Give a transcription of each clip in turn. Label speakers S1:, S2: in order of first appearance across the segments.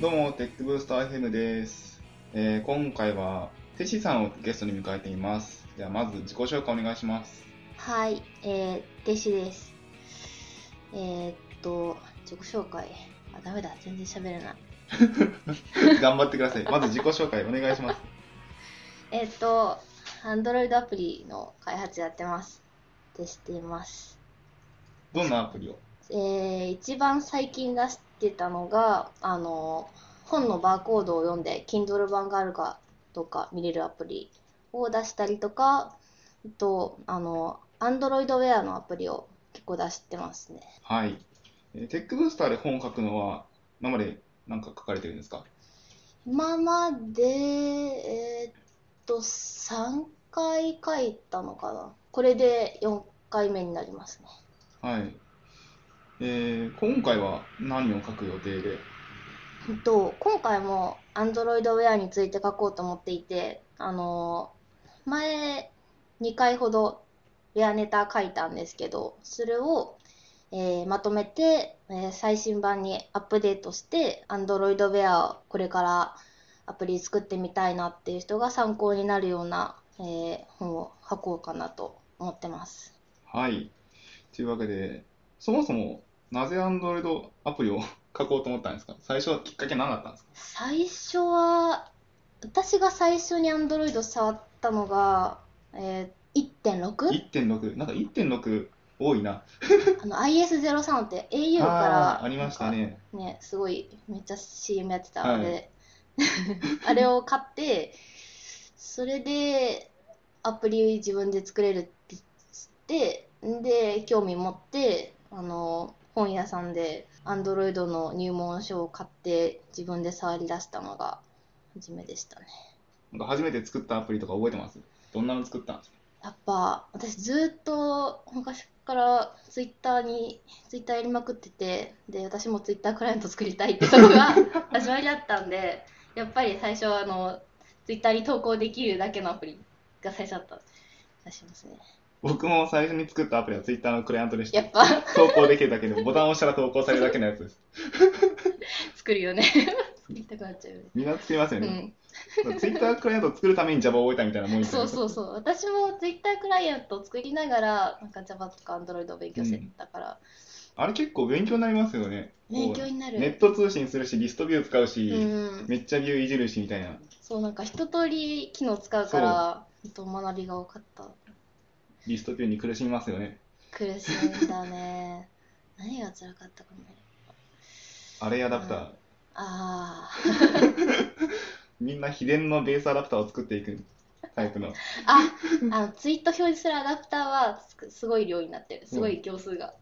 S1: どうも、テックブースター FM です。えー今回は、テシさんをゲストに迎えています。じゃあ、まず自己紹介お願いします。
S2: はい、えー、弟子です。えー、っと、自己紹介。あ、ダメだ、全然喋れない。
S1: 頑張ってください。まず自己紹介お願いします。
S2: えー、っと、Android アプリの開発やってます。弟子って言います。
S1: どんなアプリを
S2: えー、一番最近出してたのが、あの、本のバーコードを読んで、Kindle 版があるかどうか見れるアプリを出したりとか、あと、あの、Android Wear のアプリを結構出してますね。
S1: はい。えーテックブースターで本を書くのは、今まで何か書かれてるんですか
S2: 今まで、えーっと、3回書いたのかな。これで4回目になりますね。
S1: はい。えー今回は何を書く予定で
S2: えっと、今回も Android Wear について書こうと思っていて、あのー、前2回ほど Wear ネタ書いたんですけど、それを、えーまとめて、えー最新版にアップデートして、Android Wear をこれからアプリ作ってみたいなっていう人が参考になるような、えー本を書こうかなと思ってます。
S1: はい。というわけで、そもそも、なぜ Android アプリを 書こうと思ったんですか最初はきっかけ何だったんですか
S2: 最初は私が最初に Android 触ったのが、えー 1.6?
S1: ?1.6。なんか1.6多いな。
S2: あの IS03 って au か
S1: あ
S2: ら
S1: ーありましたね。
S2: なんかねすごいめっちゃ CM やってたので、 あれを買ってそれでアプリ自分で作れるって言ってで興味持ってあの本屋さんで Android の入門書を買って自分で触り出したのが初めでしたね
S1: なんか初めて作ったアプリとか覚えてますどんなの作ったんですか
S2: やっぱ私ずっと昔からツイッターにツイッターやりまくっててで私もツイッタークライアント作りたいってとこが始まりだったんでやっぱり最初はあのツイッターに投稿できるだけのアプリが最初だった気がしますね
S1: 僕も最初に作ったアプリは Twitter のクライアントでし
S2: や
S1: た
S2: っ。ぱ
S1: 投稿できるだけで、ボタンを押したら投稿されるだけのやつです。
S2: 作るよね作りたくなっちゃうよね
S1: みんな作りますよ
S2: う
S1: ね。
S2: ん、
S1: Twitter クライアント作るために Java を覚えたみたいなもんですよ
S2: そう
S1: ね
S2: そうそう私もツイッタークライアントを作りながらなんか Java とか Android を勉強してたから、
S1: あれ結構勉強になりますよね。
S2: 勉強になる
S1: ネット通信するし、リストビュー使うし、
S2: うん
S1: めっちゃビューいじるしみたいな。
S2: そうなんか一通り機能使うから本当学びが多かった
S1: リストビューに苦しみますよね。
S2: 苦しいんだね 何が辛かったかね
S1: アレイアダプタ
S2: う
S1: ー。
S2: あ
S1: みんな秘伝のベースアダプターを作っていくタイプの。
S2: ーああのツイート表示するアダプターはすくすごい量になってるすごい行数が、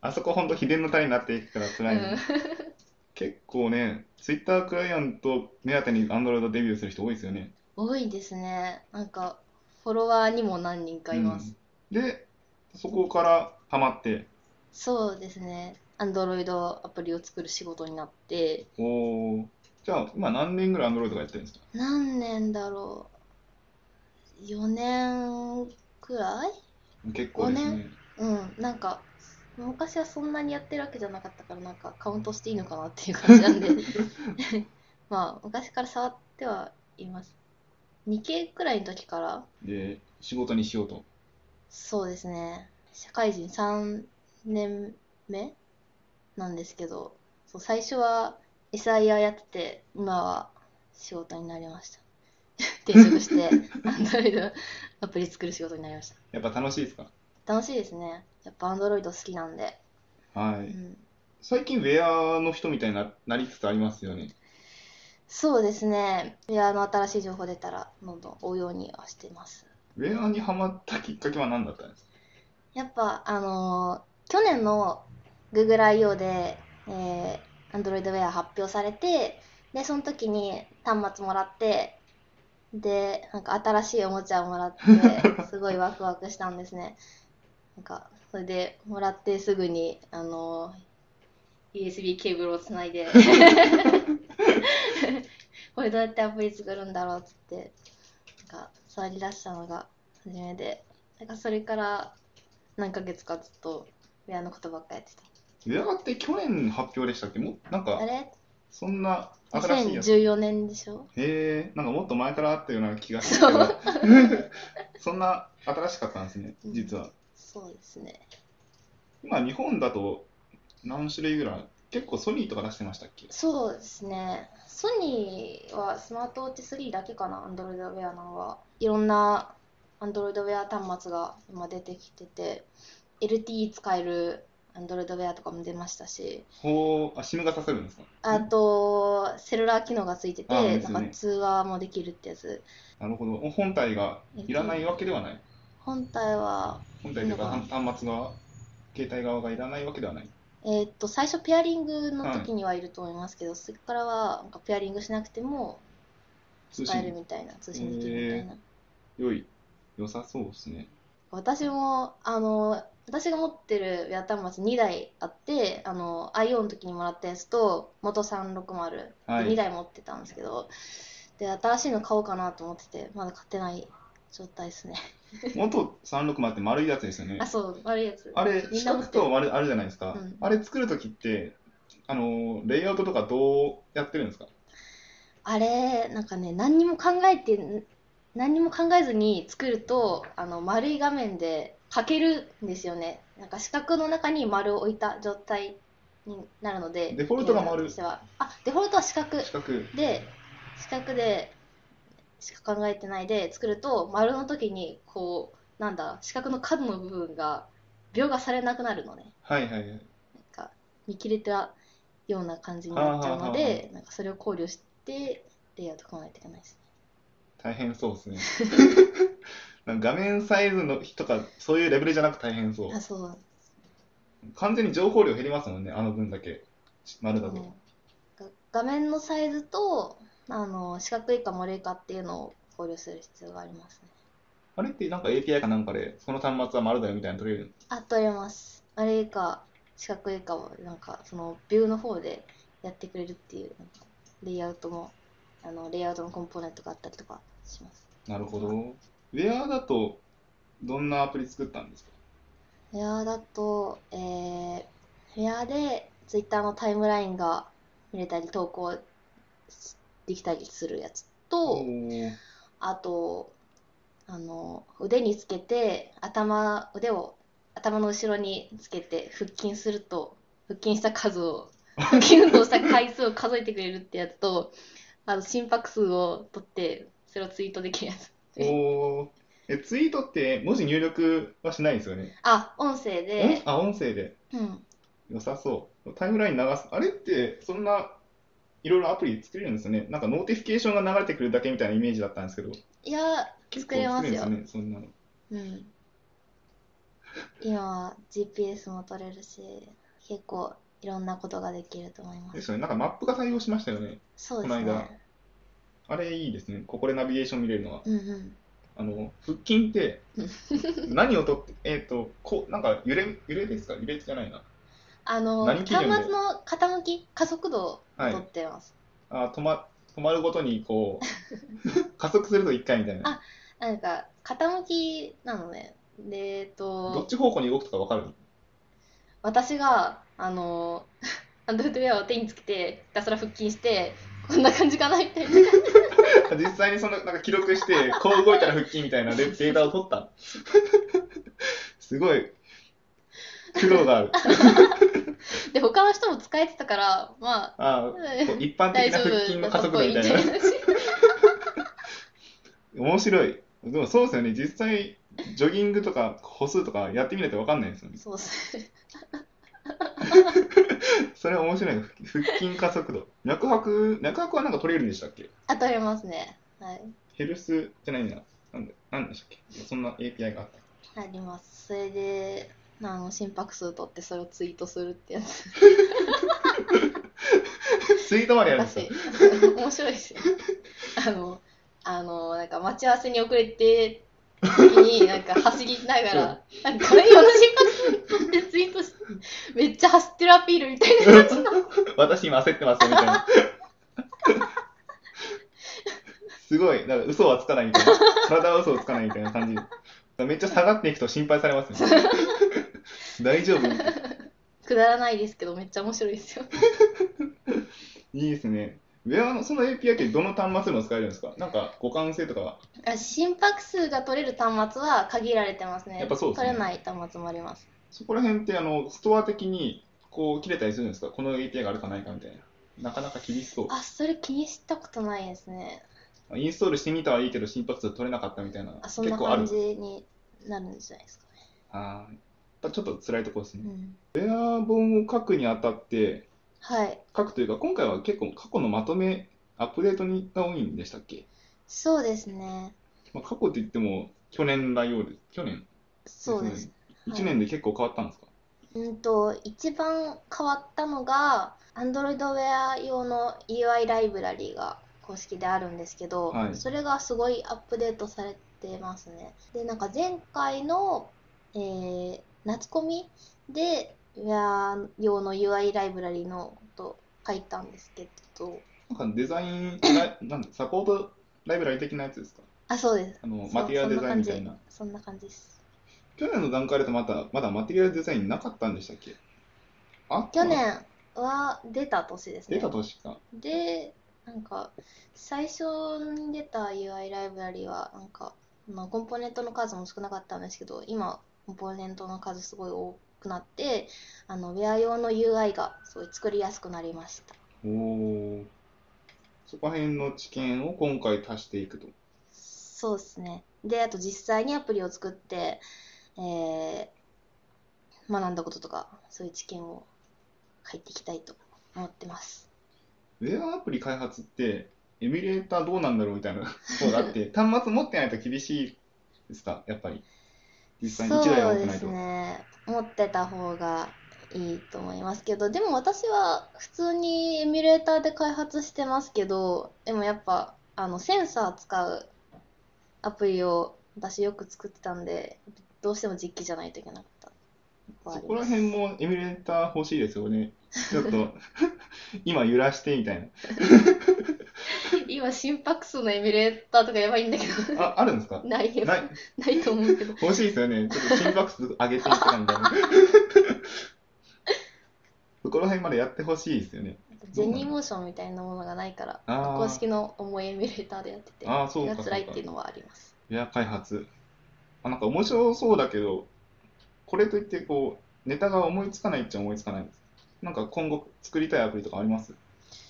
S1: あそこほんと秘伝のタレになっていくから
S2: うん
S1: 辛い、ね。結構ね、ツイッタークライアント目当てに Android デビューする人多いですよね。
S2: 多いですねなんかフォロワーにも何人かいます、
S1: うんで、そこからハマって、
S2: そうですねアンドロイドアプリを作る仕事になって
S1: おー、じゃあ今何年ぐらい Android がやってるんですか
S2: 何年だろう4年くらい
S1: 結構ですね。
S2: うん、なんか昔はそんなにやってるわけじゃなかったからなんかカウントしていいのかなっていう感じなんでまあ昔から触ってはいます2系くらいの時から
S1: で、仕事にしようと。
S2: そうですね社会人3年目なんですけどそう最初は SIR やってて今は仕事になりました 転職して Android アプリ作る仕事になりました
S1: やっぱ楽しいですか
S2: 楽しいですねやっぱ Android 好きなんで、
S1: は
S2: う
S1: い。
S2: ん
S1: 最近ウェアの人みたいにななりつつありますよね。
S2: そうですね。いや、あの、新しい情報出たら、どんどん追うようにはしてます。
S1: ウェアにハマったきっかけは何だったんですか
S2: やっぱ、あのー去年の Google I.O. で、えー、Android Wear 発表されて、で、その時に端末もらって、で、なんか新しいおもちゃをもらって、すごいワクワクしたんですね。なんか、それで、もらってすぐに、あのー USB ケーブルをつないで、これどうやってアプリ作るんだろうっつって、なんか、触り出したのが初めで、なんかそれから何ヶ月かずっと親のことばっかやってた。
S1: ウェアって去年発表でしたっけもなん
S2: あ
S1: か、
S2: れ
S1: そんな新しいやつ。へ
S2: ?2014 年でしょ
S1: え、なんかもっと前からあったような気がするけど、 そんな新しかったんですね、実は。
S2: そうですね。
S1: 今、日本だと何種類ぐらい、結構ソニーとか出してましたっけ
S2: そうですね。ソニーはスマートウォッチ3だけかな、Android Wear なのは。いろんな Android Wear 端末が今出てきてて、LTE 使える Android Wear とかも出ましたし、
S1: ほう、あ、SIM が刺せるんですか
S2: あと、セルラー機能がついて
S1: あ
S2: て、
S1: です
S2: な
S1: ね
S2: んか通話もできるってやつ。
S1: なるほど。本体がいらないわけではない。
S2: 本体は、
S1: 本体というか
S2: うん
S1: 端端末側、携帯側がいらないわけではない。
S2: えーっと、最初ペアリングの時にはいると思いますけど、それからはなんかペアリングしなくても
S1: 通
S2: 使える
S1: 信、
S2: みたいな、通信できるみたいな。
S1: 良い。良さそうですね。
S2: 私もあの私が持ってるウェア端末2台あってあの IO の時にもらったやつと元360で
S1: はい
S2: 2台持ってたんですけど、で新しいの買おうかなと思っててまだ買ってない状態ですね
S1: 元360って丸いやつですよね
S2: あ。そう悪いやつ
S1: あれ、
S2: み
S1: 四
S2: んな持
S1: 角
S2: ってる
S1: とあれあるじゃないですか
S2: うん。
S1: あれ作るときって、あのー、レイアウトとかどうやってるんですか
S2: あれなんかね何にも考えてん何にも考えずに作るとあの丸い画面で書けるんですよねなんか四角の中に丸を置いた状態になるので
S1: デフォルトが丸
S2: ゲームとしてはあデフォルトは四角
S1: 四角。
S2: で四角でしか考えてないで作ると丸の時にこうなんだ四角の角の部分が描画されなくなるのね
S1: はいはいはい。
S2: なんか見切れたような感じになっちゃう
S1: は
S2: の
S1: あはあ
S2: でなんかそれを考慮してレイアウト考えていかないです
S1: 大変そう ですね。なんか画面サイズのとか、そういうレベルじゃなく大変そう
S2: ね。あ。そう
S1: 完全に情報量減りますもんね、あの分だけ。丸だ
S2: う
S1: と。
S2: んが画面のサイズとあの四角いか丸いかっていうのを考慮する必要がありますね
S1: あれってなんか API かなんかで、その端末は丸だよみたいなの取れる
S2: あ取れますあれか四角いかをなんかそのビューの方でやってくれるっていうなんかレイアウトもあのレイアウトのコンポーネントがあったりとかします
S1: なるほど。ウェアだと、どんなアプリ作ったんですか
S2: ウェアだとえー、ウェアでツイッターのタイムラインが見れたり投稿しできたりするやつと
S1: おー
S2: あとあの腕につけて頭腕を頭の後ろにつけて腹筋すると腹筋した数を腹筋運動した回数を数えてくれるってやつとあの心拍数を取ってそれをツイートできるやつ
S1: おーえ、ツイートって文字入力はしないんですよね。
S2: あ音声
S1: 音
S2: で、
S1: あ、音声で。
S2: うん、
S1: 良さそう。タイムライン流す。あれって、そんな、いろいろアプリ作れるんですよね。なんかノーティフィケーションが流れてくるだけみたいなイメージだったんですけど、
S2: いや
S1: 結
S2: 作
S1: 構
S2: れます
S1: 作
S2: よ
S1: れるんですね、そんなの。
S2: うん今は GPS も取れるし結構いろんなことができると思いま
S1: ですすよね。なんかマップが対応しましたよね。
S2: そう
S1: こ
S2: です
S1: の間
S2: ね
S1: あれいいですね。ここでナビゲーション見れるのは。
S2: うんうん
S1: あの、腹筋 って、何をとって、えっ、と、こう、なんか揺れ、揺れですか揺れじゃないな。
S2: あの
S1: 何
S2: 端
S1: 基準
S2: 末
S1: で
S2: の傾き加速度をとってます、
S1: あー止ま、止まるごとに、こ う、加速すると1回みたいな。
S2: なんか傾きなのねでえっ
S1: どっ
S2: と
S1: ち方向に動くとかわかる
S2: 私があのアンドロイドウェアを手につけてひたすら腹筋してこんな感じかなみたいな
S1: 実際にその、なんか記録して、こう動いたら腹筋みたいなデデータを取った。 すごい、苦労がある。
S2: で他の人も使えてたからまあ
S1: あーこう一般
S2: 大
S1: 的
S2: 丈
S1: な
S2: 夫
S1: 腹筋の加速度みたい
S2: か
S1: な
S2: っこ。いいみたいな
S1: 面白い。でもそうですよね。実際、ジョギングとか歩数とかやってみないとわかんないですよね。
S2: そうですね
S1: それは面白いね。腹腹筋加速度。脈拍、脈拍はなんか取れるんでしたっけ
S2: あ取れますねはい
S1: ヘルスじゃないんだ。なんで、なんでしたっけそんな API があった。
S2: ありますそれであの心拍数取ってそれをツイートするってやつ
S1: ツイートまでやるんです
S2: 私
S1: か
S2: 面白いですよあのあのなんか待ち合わせに遅れて時 になんか走りながら、なんか今の心拍数ってツイートしめっちゃ走ってるアピールみたい な感じの
S1: 私今焦ってますよ、みたい な。すごい。なんか嘘はつかないみたいな。体は嘘をつかないみたいな 感じ。めっちゃ下がっていくと心配されますね。大丈夫
S2: くだらないですけど、めっちゃ面白いですよ。
S1: いいですね。ウェアの、その API ってどの端末でも使えるんですかなんか、互換性とか、
S2: あ心拍数が取れる端末は限られてますね。
S1: やっぱそうですね
S2: 取れない端末もあります。
S1: そこら辺って、あの、ストア的に、こう、切れたりするんですかこの API があるかないかみたいな。なかなか厳しそう。
S2: あ、それ気にしたことないですね。
S1: インストールしてみたはいいけど、心拍数取れなかったみたいな、
S2: あ、
S1: 結
S2: そんな
S1: 構あ
S2: 感
S1: る。
S2: じになるんじゃないですかね。
S1: ああ、やっぱちょっと辛いところです
S2: う
S1: ね。
S2: ん。
S1: ウェア本を書くにあたって、
S2: はい。
S1: 書くというか、今回は結構過去のまとめ、アップデートにが多いんでしたっけ
S2: そうですね。
S1: まあ、過去って言っても、去年だようです。去年
S2: そうです。はい
S1: 1年で結構変わったんですか、
S2: うんと、一番変わったのが、Android Wear 用の UI ライブラリが公式であるんですけど、
S1: はい
S2: それがすごいアップデートされてますね。で、なんか前回の、えー夏コミで、Wear 用の UI ライブラリのこと書いたんですけど、
S1: なんかデザインライ、なんだサポートライブラリ的なやつですか
S2: あ、そうです。
S1: あの
S2: そう
S1: マテリアルデザインみたいな。
S2: そんな感じです。
S1: 去年の段階だとまだまだマテリアルデザインなかったんでしたっけあった
S2: 去年は出た年ですね。
S1: 出た年か。
S2: で、なんか、最初に出た UI ライブラリは、なんか、まあ、コンポーネントの数も少なかったんですけど、今、コンポーネントの数すごい多くなって、あの、ウェア用の UI がすごい作りやすくなりました。
S1: おーそこら辺の知見を今回足していくと。
S2: そうですね。で、あと実際にアプリを作って、えー、学んだこととか、そういう知見を書いていきたいと思ってます。
S1: ウェアアプリ開発って、エミュレーターどうなんだろうみたいな 方があって、端末持ってないと厳しいですか、やっぱり。実際に1台は持
S2: そう
S1: って
S2: で
S1: ない
S2: す
S1: と。
S2: ね。持ってた方がいいと思いますけど、でも私は普通にエミュレーターで開発してますけど、でもやっぱあのセンサー使うアプリを私よく作ってたんで、どうしても実機じゃないといけなかったとはあ
S1: そ
S2: り
S1: こ
S2: ま
S1: ら
S2: す。
S1: 辺もエミュレーター欲しいですよね。ちょっと、 今揺らしてみたいな。
S2: 今心拍数のエミュレーターとかやばいんだけ ど、
S1: あ、あるんですか
S2: ないよ。
S1: ない、
S2: ないと思うけど。
S1: 欲しいですよね。ちょっと心拍数上げていくみたいな。 そこら辺までやってほしいですよね。
S2: ジェニーモーションみたいなものがないから、
S1: あ
S2: 公
S1: ー
S2: 式の重いエミュレーターでやってて、
S1: あー、そ
S2: そうれ
S1: か、
S2: が
S1: そう
S2: 辛
S1: か。
S2: いっていうのはあります。
S1: ウェア開発。あ、なんか面白そうだけど、これといってこう、ネタが思いつかないっちゃ思いつかないです。なんか今後作りたいアプリとかありますウ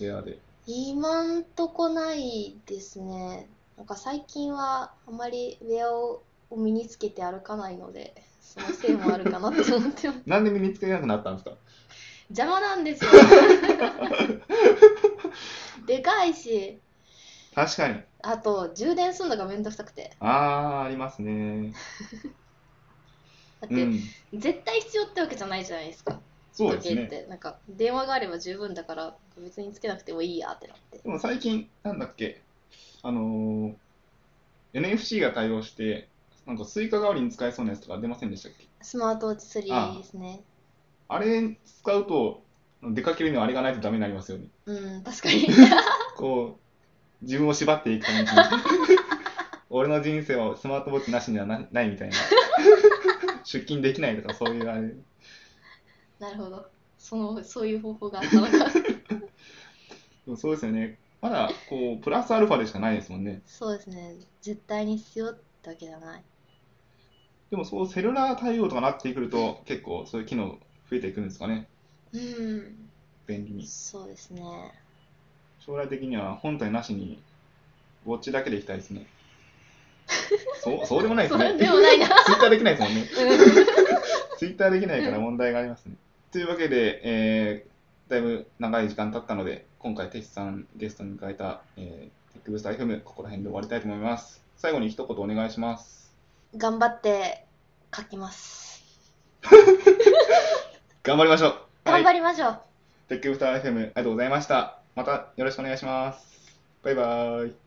S1: ェアで。
S2: 今んとこないですね。なんか最近はあまりウェアを身につけて歩かないので、そのせいもあるかなって 思ってます。
S1: なんで身につけなくなったんですか
S2: 邪魔な んですよ。でかいし、
S1: 確かに。
S2: あと充電するのがめんどくさくて。
S1: あー、ありますね。
S2: だっ
S1: う
S2: て、
S1: ん。
S2: 絶対必要ってわけじゃないじゃないですか。
S1: そうです
S2: 時計っ
S1: ね。
S2: て。なんか電話があれば十分だから、別につけなくてもいいやってなって。
S1: でも最近、なんだっけ、あのー NFC が対応して、なんかスイカ代わりに使えそうなやつとか出ませんでしたっけ
S2: スマートウォッチ
S1: あ
S2: 3
S1: あ
S2: ですね。
S1: あれ使うと、出かけるにはあれがないとダメになりますよね。
S2: うん、確かに。
S1: こう、自分を縛っていく感じ。俺の人生はスマートウォッチなしにはなないみたい な。出勤できないとかそういうあれ。
S2: なるほど。その、そういう方法があったのか。
S1: でもそうですよね。まだ、こう、プラスアルファでしかないですもんね。
S2: そうですね。絶対に必要ってわけじゃない。
S1: でもそう、セルラー対応とかなってくると、結構そういう機能増えていくんですかね。
S2: うん。
S1: 便利に。
S2: そうですね。
S1: 将来的には本体なしに、ウォッチだけでいきたいです ね。そう、そうでもないです
S2: そ
S1: ね。
S2: れでもないな。
S1: ツイッターできないですもんね。
S2: うん
S1: ツイッターできないから問題がありますね。というわけで、えーだいぶ長い時間経ったので、今回、テシさんゲストに迎えた、えー、テックブースター FM、ここら辺で終わりたいと思います。最後に一言お願いします。
S2: 頑張って書きます。
S1: 頑張りましょう。
S2: 頑
S1: は
S2: 張
S1: い、
S2: りましょう。
S1: テックブースター FM、ありがとうございました。またよろしくお願いします。バイバーイ。